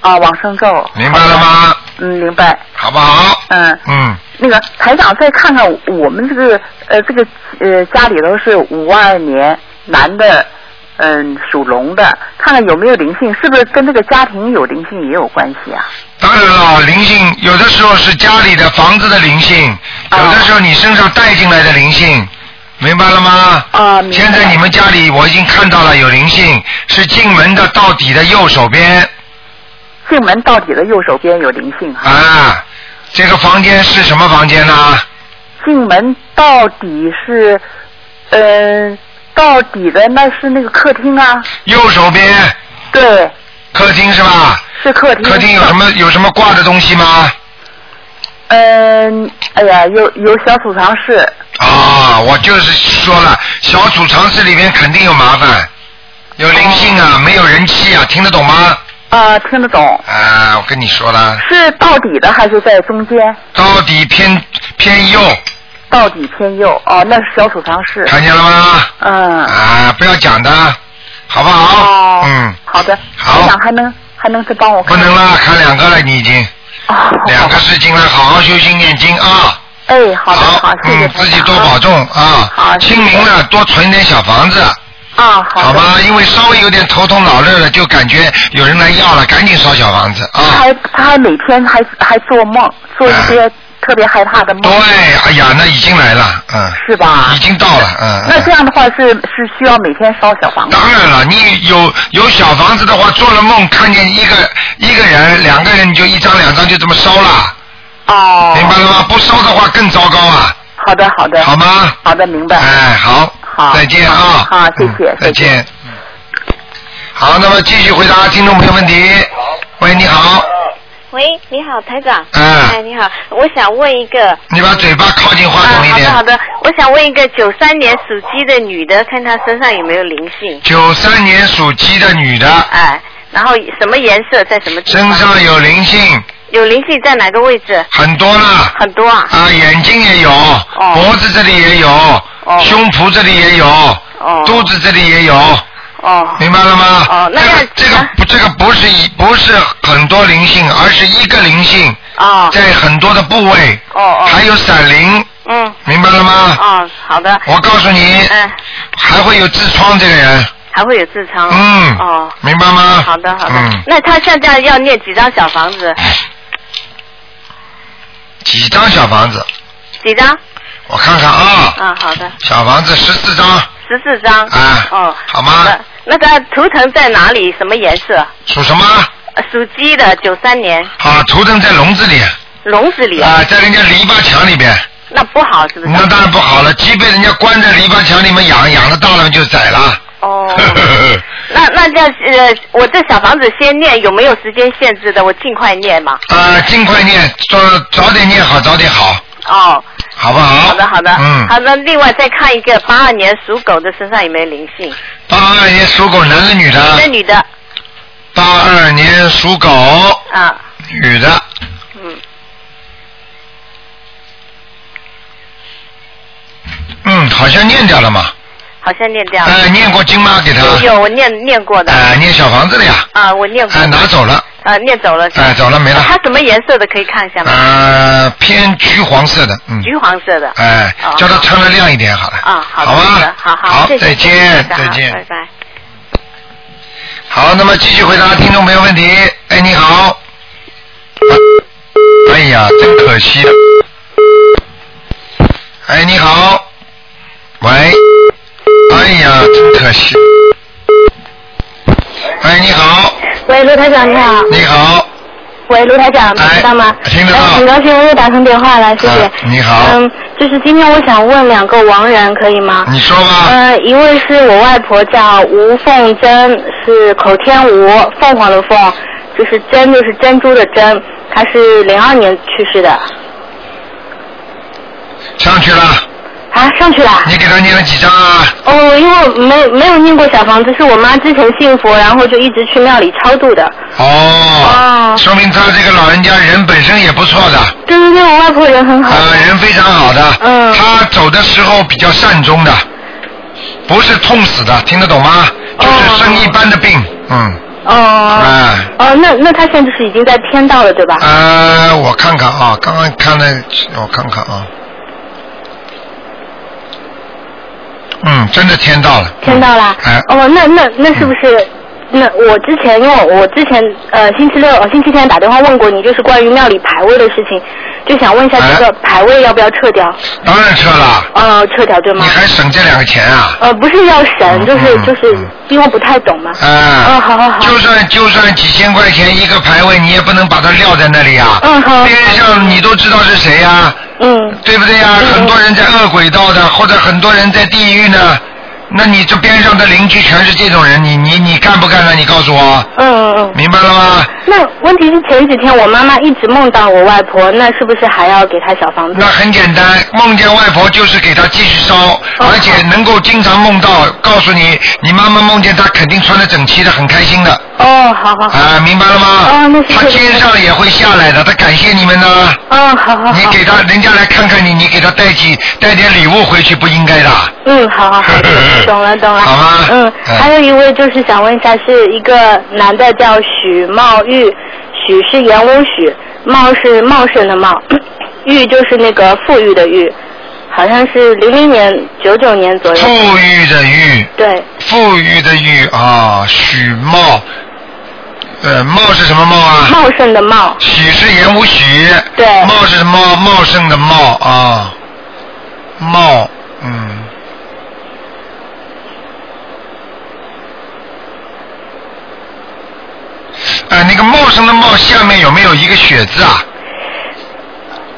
啊，往生咒。明白了吗？嗯，明白。好不好？嗯。嗯，那个台长，再看看我们这个呃这个呃家里头是五二年男的，嗯、属龙的，看看有没有灵性，是不是跟这个家庭有灵性也有关系啊？当然了，灵性有的时候是家里的房子的灵性，有啊的时候你身上带进来的灵性，明白了吗？啊明白现在你们家里我已经看到了有灵性，是进门的到底的右手边进门到底的右手边有灵性哈、啊。这个房间是什么房间呢？进门到底是，嗯、到底的那是那个客厅啊，右手边对，客厅是吧？是客厅。客厅有什？么有什么挂的东西吗？嗯、哎呀，有有小储藏室，啊，我就是说了，小储藏室里面肯定有麻烦，有灵性啊，没有人气啊，听得懂吗？啊、听得懂。啊，我跟你说了，是到底的还是在中间？到底偏偏右，到底偏右哦，那是小储藏室。看见了吗？嗯。啊，不要讲的，好不好？哦。嗯，好的。好台长还能还能再帮我不看？能了，看两个了，你已经哦。两个事情了，好好修心念经啊。哎，好的，好，谢谢嗯，台长自己多保重啊。好谢谢清明了，多存点小房子，啊，好的。吧？因为稍微有点头痛脑热了，就感觉有人来要了，赶紧烧小房子他啊。还他还每天还还做梦，做一些特别害怕的梦对，，哎呀，那已经来了，嗯，是吧已？经到了，嗯。啊那嗯这样的话是是需要每天烧小房子当然了，你有有小房子的话，做了梦看见一个一个人、两个人，你就一张两张就这么烧了，哦，明白了吗？不烧的话更糟糕啊，好的好的，嗯好吗？好的，明白。哎，好，好再见啊，好好谢谢嗯再谢谢见。嗯好，那么继续回答听众朋友问题。喂，你好，喂，你好，台长。哎，嗯，你好，我想问一个。你把嘴巴靠近话啊，筒一好的好点。的，我想问一个九三年属鸡的女的，看她身上有没有灵性，九三年属鸡的女的，哎，然后什么颜色，在什么地身方？上有灵性，有灵性在哪个位置？很多了。很多啊。啊，眼睛也有，脖子这里也有，胸脯这里也有，哦肚子这里也有，哦明白了吗？哦那要这个这个不这个不是一不是很多灵性，而是一个灵性哦在很多的部位，哦哦，还有闪灵，嗯，明白了吗？哦，好的，我告诉你，嗯，还会有痔疮这个人，还会有痔疮。嗯，哦，明白吗？好的好的。嗯，那她现在要念几张小房子？几张小房子，几张？我看看啊，啊，好的，小房子十四张十四张。啊，哦，好吗好的。那个图腾在哪里？什么颜色？属什么？呃属鸡的，九三年，啊，图腾在笼子里，笼子里，啊，在人家篱笆墙里边，那不好是不是？那当然不好了。鸡被人家关在篱笆墙里面养，养了大了就宰了。 哦，那那这呃，我这小房子先念，有没有时间限制的？我尽快念嘛。啊，尽快念，早早点念好，早点好，哦，好不好？好的好的，嗯，好的。另外再看一个八二年属狗的身上有没有灵性？八二年啊属狗，男的女那的？女的八二年属狗，啊，女的，嗯，嗯，好像念掉了嘛。好像念掉了。哎，念过经吗？给他。有有，我念念过的。哎，念小房子了呀。啊，我念过哎，拿走了。啊，念走了。哎，走了没了。它什么颜色的可以啊看一下吗？呃，偏橘黄色的，嗯，橘黄色的。哎哦，叫他穿的亮一点好了，啊，好的，好吧的，好好，好，谢谢再见，谢谢再拜见，哦拜。好，那么继续回答听众朋友问题，哎，你好，啊哎呀，真可惜了，哎，你好，喂，哎呀，真可惜，哎，你好，喂，卢台长你好。你好，喂，卢台长，哎听到吗？听得到哎很高兴我又打通电话了，谢谢。啊你好嗯，就是今天我想问两个亡人，可以吗？你说吧，呃，一位是我外婆叫吴凤珍，是口天吴，凤凰的凤，就是珍就是珍珠的珍，她是零二年去世的。上去了，啊，上去了。你给他念了几张啊？哦，因为我没没有念过小房子，是我妈之前信佛，然后就一直去庙里超度的。哦，哦说明他这个老人家人本身也不错的，对对对，我外婆人很好。呃，人非常好的。嗯他走的时候比较善终的，不是痛死的，听得懂吗？就是生一般的病。嗯。哦。哦啊、哦，那那她现在就是已经在天道了，对吧？呃，我看看啊，刚刚看了，我看看啊。嗯，真的天到了。天道啦。哎、嗯哦，那那那是不是？那我之前，因为我我之前呃星期六、呃星期天打电话问过你，就是关于庙里牌位的事情，就想问一下哎这个牌位要不要撤掉？嗯当然撤了，呃，撤掉对吗你？还省这两个钱啊？呃，不是要嗯神，就是嗯就是嗯，因为不太懂嘛。啊哦，好好好就算就算几千块钱一个牌位，你也不能把它撂在那里啊。嗯好边上你都知道是谁呀、嗯，对不对呀、很多人在恶鬼道的，或者很多人在地狱呢。那你这边上的邻居全是这种人，你你你干不干呢？你告诉我，嗯嗯嗯。明白了吗？那问题是前几天我妈妈一直梦到我外婆，那是不是还要给她小房子那？很简单，梦见外婆就是给她继续烧，而且能够经常梦到，告诉你，你妈妈梦见她肯定穿的整齐的，很开心的。哦，好好好，啊，明白了吗？哦那是他这个天上也会下来的，他感谢你们呢。嗯，好好你好，给他，人家来看看你，你给他带几带点礼物回去，不应该的。嗯，好好 好，懂了懂了。好吗嗯，嗯还有一位就是想问一下，是一个男的叫许茂玉，许是言翁许，茂是茂盛的茂，玉就是那个富裕的玉，好像是零零年九九年左右。富裕的裕，对，富裕的裕啊，许茂，呃，茂是什么茂啊？茂盛的茂。许是言无许。对茂是什么？茂盛的茂啊，茂，嗯。呃啊，那个茂盛的茂下面有没有一个雪字啊？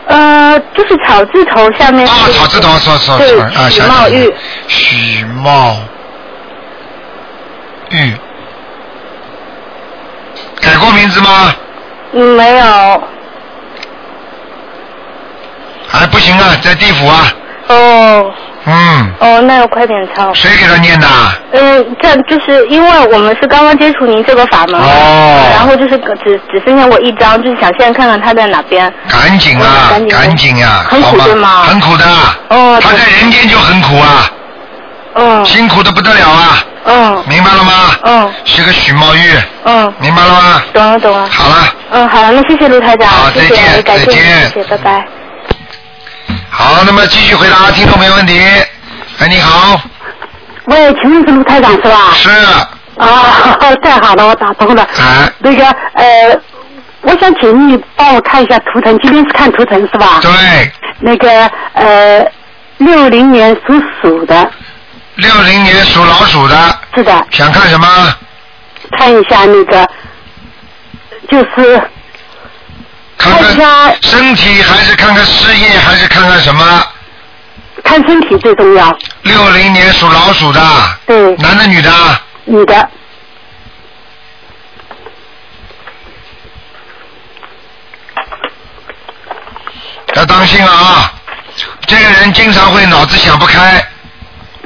呃就是草字头下面。啊，草字头，草草草对啊，许想起茂来玉了，许茂玉，改过名字吗？嗯，没有。还不行啊，在地府啊，哦嗯，哦，那要快点抄。谁给他念的？呃嗯，这就是因为我们是刚刚接触您这个法门，哦然后就是只只是念过一章，就是想现在看看他在哪边。赶紧啊，赶紧啊，很好苦吧对吗？很苦的，哦，他在人间就很苦啊，嗯，辛苦的不得了啊，嗯，明白了吗？嗯，是个许茂玉，嗯，明白了吗？懂了懂了。好了。嗯，好了，那谢谢卢台长，好谢再谢，见感谢再见您，谢谢，拜拜。好，那么继续回答听众朋友问题。哎，你好，喂，请问是卢台长是吧？是。啊， 太好了，我打通了。啊。那个呃，我想请你帮我看一下图腾，今天是看图腾是吧？对。那个呃，六零年属鼠的，六零年属老鼠的，是的，想看什么？看一下那个，就是看看身体，还是看看事业，还是看看什么？看身体最重要。六零年属老鼠的，对，男的女的？女的，要当心了啊！这个人经常会脑子想不开，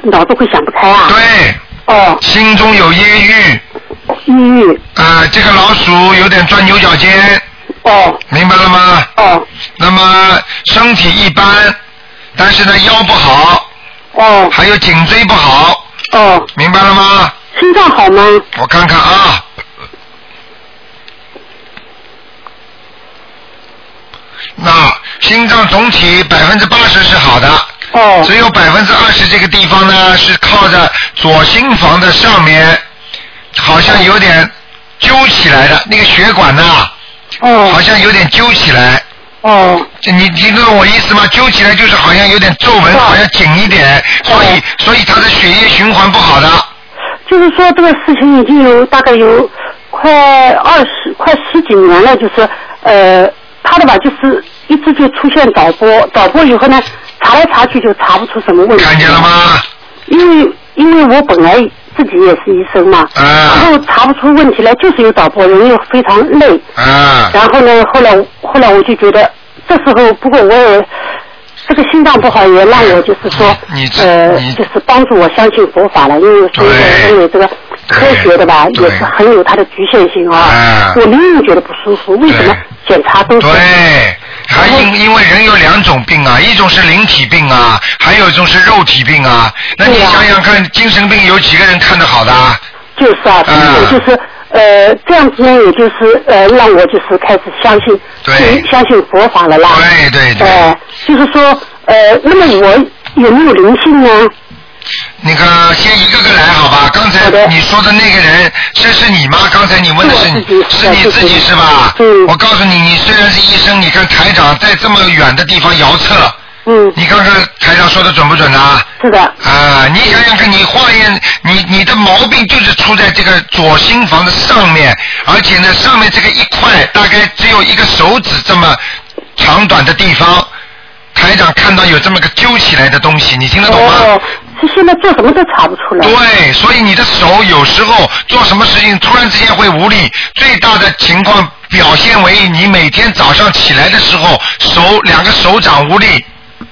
脑子会想不开啊。对。哦。心中有阴郁。阴郁。啊、这个老鼠有点钻牛角尖。哦。明白了吗？哦。那么身体一般，但是呢腰不好。哦。还有颈椎不好。哦。明白了吗？心脏好吗？我看看啊。那心脏总体百分之八十是好的，哦，只有百分之二十这个地方呢是靠着左心房的上面，好像有点揪起来的那个血管呐、哦，好像有点揪起来。哦，你听懂我意思吗？揪起来就是好像有点皱哦纹，好像紧一点，所以所以他的血液循环不好的。就是说这个事情已经有大概有快二十、快十几年了，就是呃，他的吧，就是一直就出现导播，导播以后呢，查来查去就查不出什么问题。看见了吗？因为因为我本来自己也是医生嘛，啊然后查不出问题来，就是有导播，人又非常累，啊然后呢，后来后来我就觉得，这时候不过我也这个心脏不好，也让我就是说，呃，就是帮助我相信佛法了，因为所以我认为这个科学的吧，也是很有它的局限性啊。我明明觉得不舒服，为什么检查都是？对，还因因为人有两种病啊，一种是灵体病啊，还有一种是肉体病啊。那你想想看，精神病有几个人看得好的啊？就是啊，所以我就是呃这样子呢，也就是呃让我就是开始相信，对相信佛法了啦。对对对呃，就是说呃，那么我有没有灵性啊呢？那个先一个个来好吧？刚才你说的那个人，这是你吗？刚才你问的是你，是你自己是吧？嗯。我告诉你，你虽然是医生，你看台长在这么远的地方遥测。嗯。你看看台长说的准不准啊？是的。啊，你想想看，你化验你你的毛病就是出在这个左心房的上面，而且呢，上面这个一块大概只有一个手指这么长短的地方，台长看到有这么个揪起来的东西，你听得懂吗？哦，是现在做什么都查不出来。对，所以你的手有时候做什么事情突然之间会无力，最大的情况表现为你每天早上起来的时候手两个手掌无力。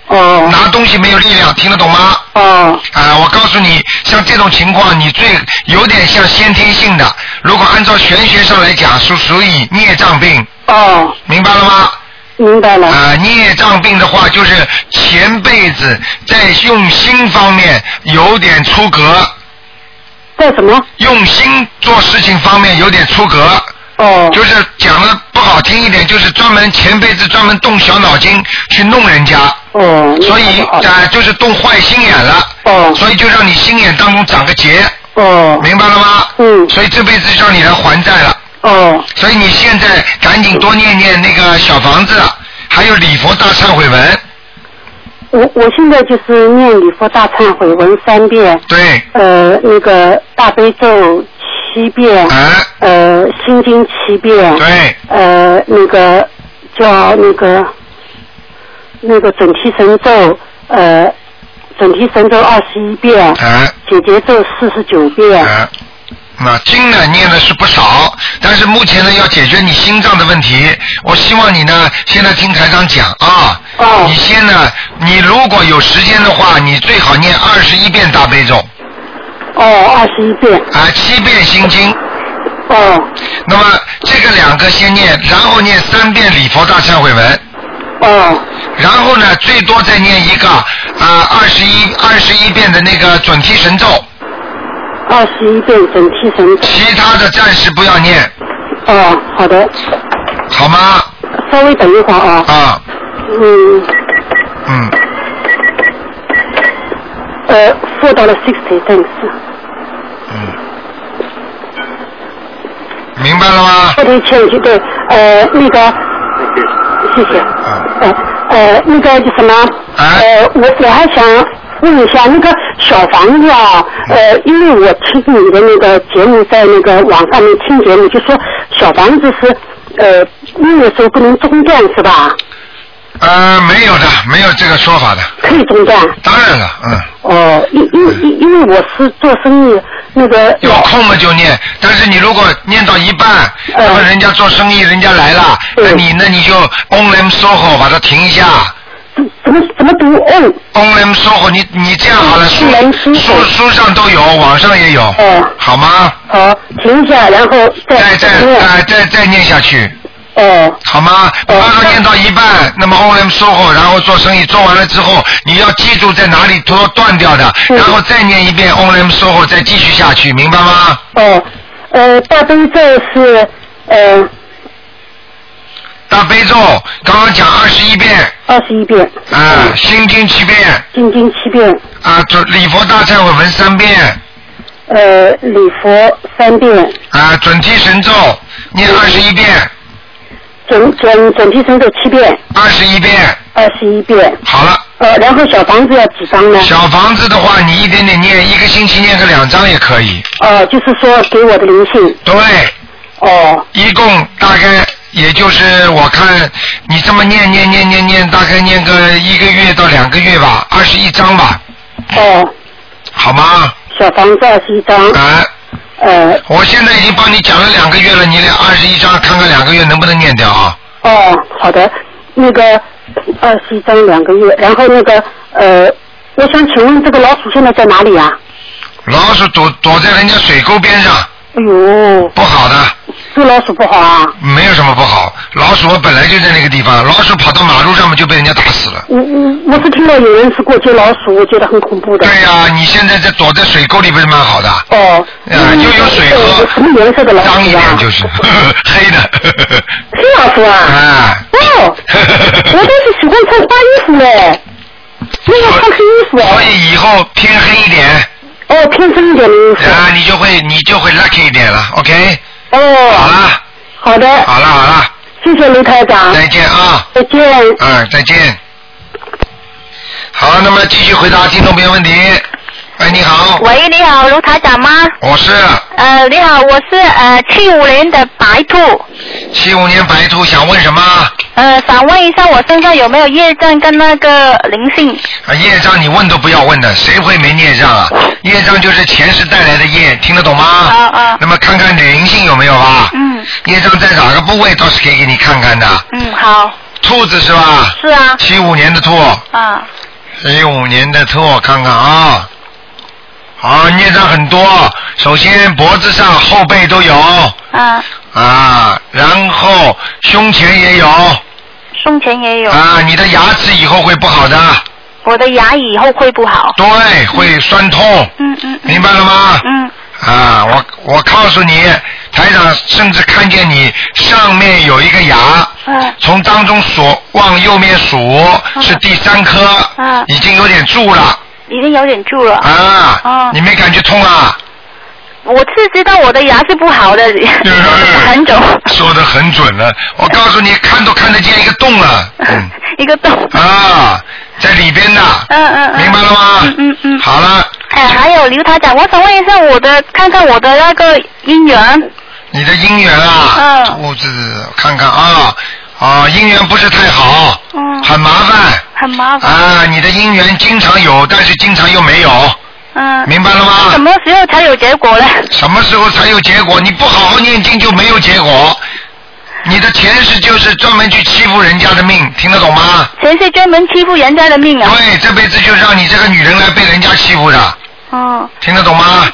哦。拿东西没有力量，听得懂吗？哦。啊，我告诉你，像这种情况，你最有点像先天性的。如果按照玄学上来讲，是属于孽障病。哦。明白了吗？明白嗯了。啊、孽障病的话，就是前辈子在用心方面有点出格。在什么？用心做事情方面有点出格。哦。就是讲的不好听一点，就是专门前辈子专门动小脑筋去弄人家。哦。所以啊、呃就是动坏心眼了。哦。所以就让你心眼当中长个结。哦。明白了吗？嗯。所以这辈子就让你来还债了。哦。所以你现在赶紧多念念那个小房子，还有礼佛大忏悔文。我我现在就是念礼佛大忏悔文三遍，对，呃，那个大悲咒七遍，啊呃，心经七遍，对，呃，那个叫那个那个准提神咒，呃，准提神咒二十一遍，哎解结咒四十九遍，哎，那经呢念的是不少，但是目前呢要解决你心脏的问题。我希望你呢现在听台长讲啊，哦你先呢，你如果有时间的话，你最好念二十一遍大悲咒。哦，二十一遍。啊，七遍心经。哦。那么这个两个先念，然后念三遍礼佛大忏悔文。哦。然后呢，最多再念一个啊二十一二十一遍的那个准提神咒。二十一遍准提神咒。其他的暂时不要念。哦，好的。好吗？稍微等一会儿啊。啊。嗯。嗯。呃，four dollar sixty thanks。嗯明白了吗？不对，歉，就对，呃，那个，谢谢。啊呃呃，那个就什么？呃，我我还想问一下，那个小房子啊，呃，因为我听你的那个节目，在那个网上面听节目，就说小房子是呃，用的时候不能中断是吧？呃，没有的，没有这个说法的。可以中断。当然了，嗯。哦，因因因因为我是做生意那个。有空了就念，但是你如果念到一半，嗯那么人家做生意，人家来了，那你那你就 on them soho 把它停一下。怎么怎么读 on on them soho？你你这样好了，书书书上都有，网上也有，嗯好吗？呃好，停一下，然后再再嗯呃再再念下去。哦。好吗？比方说念到一半，那么 on them soho，然后做生意做完了之后，你要记住在哪里都断掉的，然后再念一遍 on them soho，再继续下去，明白吗？哦，呃，大悲咒是呃大悲咒刚刚讲二十一遍，二十一遍，啊，心经七遍，心经七遍，啊，准礼佛大忏悔文三遍，呃，礼佛三遍，啊，准提神咒念二十一遍，准准准提神咒七遍，二十一遍，二十一遍。好了。呃，然后小房子要几张呢？小房子的话，你一点点念，一个星期念个两张也可以，呃，就是说给我的灵性。对。哦。一共大概也就是我看你这么念念念念念，大概念个一个月到两个月吧，二十一张吧，哦，好吗？小房子二十一张。啊。呃。我现在已经帮你讲了两个月了，你俩二十一章看看两个月能不能念掉啊？哦，好的，那个二十一张两个月，然后那个呃，我想请问这个老鼠现在在哪里啊？老鼠躲躲在人家水沟边上，哎呦，不好的，这老鼠不好啊！没有什么不好。老鼠本来就在那个地方，老鼠跑到马路上面就被人家打死了。我我我是听到有人是过街老鼠，我觉得很恐怖的。对呀、你现在在躲在水沟里不是蛮好的？哦。呃啊，又有水喝。什么颜色的老啊脏一点就是 黑的。黑老鼠啊！ 啊。哦，我倒是喜欢穿花衣服嘞，没有穿黑衣服所以以后偏黑一点。哦，偏深一点的衣服。啊，你就会你就会 lucky 一点了，OK？哦。好了。好的。好了好了，谢谢卢台长。再见啊。再见。嗯，再见。好，那么继续回答听众朋友问题。喂，你好，喂，你好，卢台长吗？我是呃，你好，我是呃七五年的白兔，七五年白兔，想问什么？啊呃，想问一下我身上有没有业障跟那个灵性？啊，业障你问都不要问的，谁会没业障啊？业障就是前世带来的业，听得懂吗？啊呃啊。那么看看你灵性有没有吧。嗯。业障在哪个部位，倒是可以给你看看的。嗯，好，兔子是吧？是啊。七五年的兔，啊，七五年的兔，看看啊。好，孽障很多，首先脖子上、后背都有啊，啊，然后胸前也有胸前也有。啊，你的牙齿以后会不好的，我的牙以后会不好。对，会酸痛。嗯嗯。 明白了吗？嗯。啊，我我告诉你，台长甚至看见你上面有一个牙，呃嗯从当中数往右面数是第三颗，嗯已经有点蛀了已经有点蛀了。啊，哦你没感觉痛啊？我是知道我的牙是不好的，嗯 很久说的很准了，我告诉你，看都看得见一个洞了，嗯， 一个洞。啊，在里边的，嗯嗯嗯。明白了吗？嗯嗯嗯。好了，哎，还有刘台长，我想问一下我的，看看我的那个姻缘。嗯你的姻缘啊，兔子，看看啊，啊，姻缘不是太好，嗯，很麻烦很麻烦。啊，你的姻缘经常有，但是经常又没有。嗯，明白了吗？什么时候才有结果呢？什么时候才有结果？你不好好念经就没有结果。你的前世就是专门去欺负人家的命，听得懂吗？前世专门欺负人家的命啊！对，这辈子就让你这个女人来被人家欺负的，哦，听得懂吗？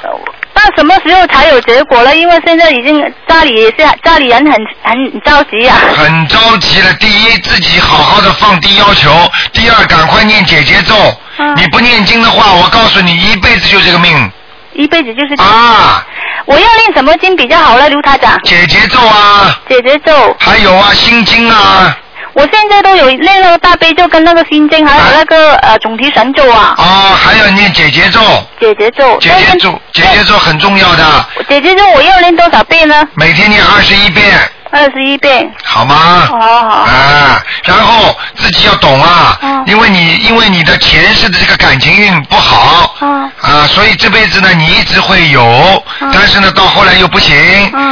那什么时候才有结果呢？因为现在已经家里是家里人很很着急呀、啊。很着急了。第一，自己好好的放低要求；第二，赶快念姐姐咒。嗯你不念经的话，我告诉你，一辈子就这个命。一辈子就是啊！我要念什么经比较好呢，刘台长？姐姐咒啊，姐姐咒。还有啊，心经啊。我现在都有念那个大悲咒跟那个心经，还有那个、呃总提神咒啊。啊，还要念姐姐咒。姐姐咒。姐姐咒，姐姐咒很重要的，姐姐咒我要念多少遍呢？每天念二十一遍，二十一遍。哦好吗？好好。啊，然后自己要懂啊，因为你因为你的前世的这个感情运不好，啊，所以这辈子呢你一直会有，但是呢到后来又不行，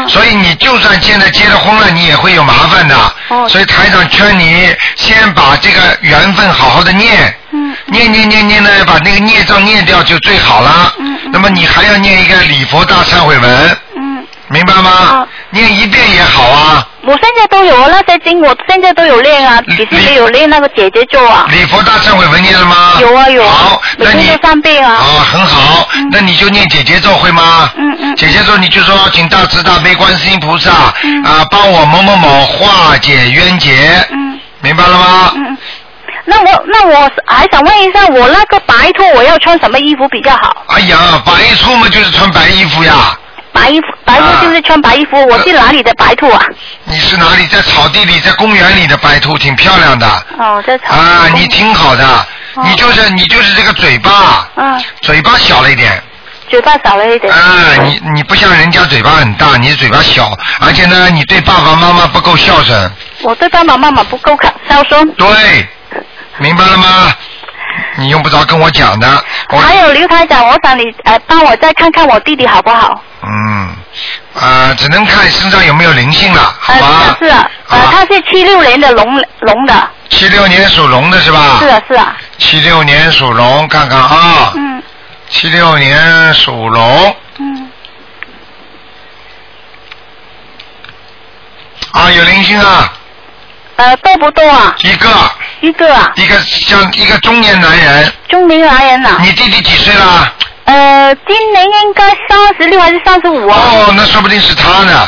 所以你就算现在结了婚了，你也会有麻烦的。所以台长劝你先把这个缘分好好的念，念念念念呢，把那个孽障念掉就最好了。那么你还要念一个礼佛大忏悔文，明白吗？念一遍也好啊。嗯我现在都有那些经，我现在都有练啊，嗯只是没有练那个姐姐咒啊。礼佛大忏悔文念了吗？有啊有啊。好，每那你天都三遍啊。啊，很好，那你就念姐姐咒会吗？嗯嗯。姐姐咒你就说，请大慈大悲观世音菩萨啊，帮我某某某化解冤结。嗯。明白了吗？嗯。那我那我还想问一下，我那个白兔我要穿什么衣服比较好？哎呀，白衣出嘛就是穿白衣服呀。白衣服啊白兔就是穿白衣服，我是哪里的白兔啊？你是哪里？在草地里，在公园里的白兔挺漂亮的哦，在草啊，你挺好的。哦你就是你就是这个嘴巴，嗯，嘴巴小了一点。嘴巴少了一点。啊，你你不像人家嘴巴很大，你嘴巴小，而且呢，你对爸爸妈妈不够孝顺。我对爸爸妈妈不够看孝顺。哦对，明白了吗？你用不着跟我讲的，我还有刘台长，我想你呃帮我再看看我弟弟好不好？嗯，啊、只能看身上有没有灵性了，好啊吧？是啊，呃，他是七六年的龙龙的，七六年属龙的是吧？是啊是啊，七六年属龙，看看啊。嗯。七六年属龙。嗯。啊，有灵性啊，呃多不多啊？一个一个啊，一个像一个中年男人。中年男人啊呐、你弟弟几岁啦？呃，今年应该三十六还是三十五啊？哦，那说不定是他呢。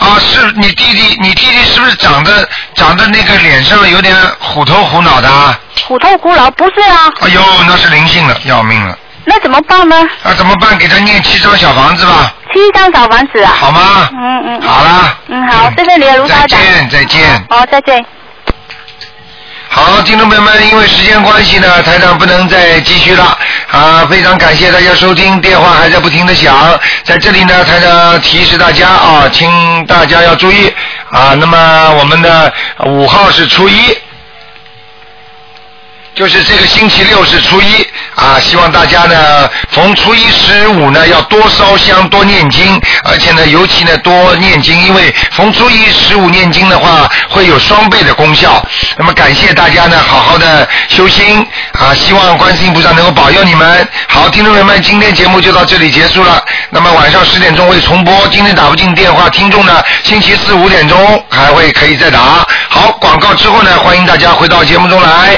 啊，是你弟弟，你弟弟是不是长得长得那个脸上有点虎头虎脑的啊？虎头虎脑不是啊？哎呦，那是灵性了，要命了。那怎么办呢？那怎么办？给他念七张小房子吧，七张小房子啊？好吗？嗯嗯。好啦。嗯，好，谢谢你啊，卢台再长。见，再见。好，再见。好，听众朋友们，因为时间关系呢，台长不能再继续了啊！非常感谢大家收听，电话还在不停的响，在这里呢，台长提示大家啊，请大家要注意啊。那么我们的五号是初一，就是这个星期六是初一啊，希望大家呢逢初一十五呢要多烧香多念经，而且呢尤其呢多念经，因为逢初一十五念经的话会有双倍的功效。那么感谢大家呢好好的修心啊，希望观世音菩萨能够保佑你们。好，听众朋友们，今天节目就到这里结束了。那么晚上十点钟会重播，今天打不进电话，听众呢星期四五点钟还会可以再打。好，广告之后呢，欢迎大家回到节目中来。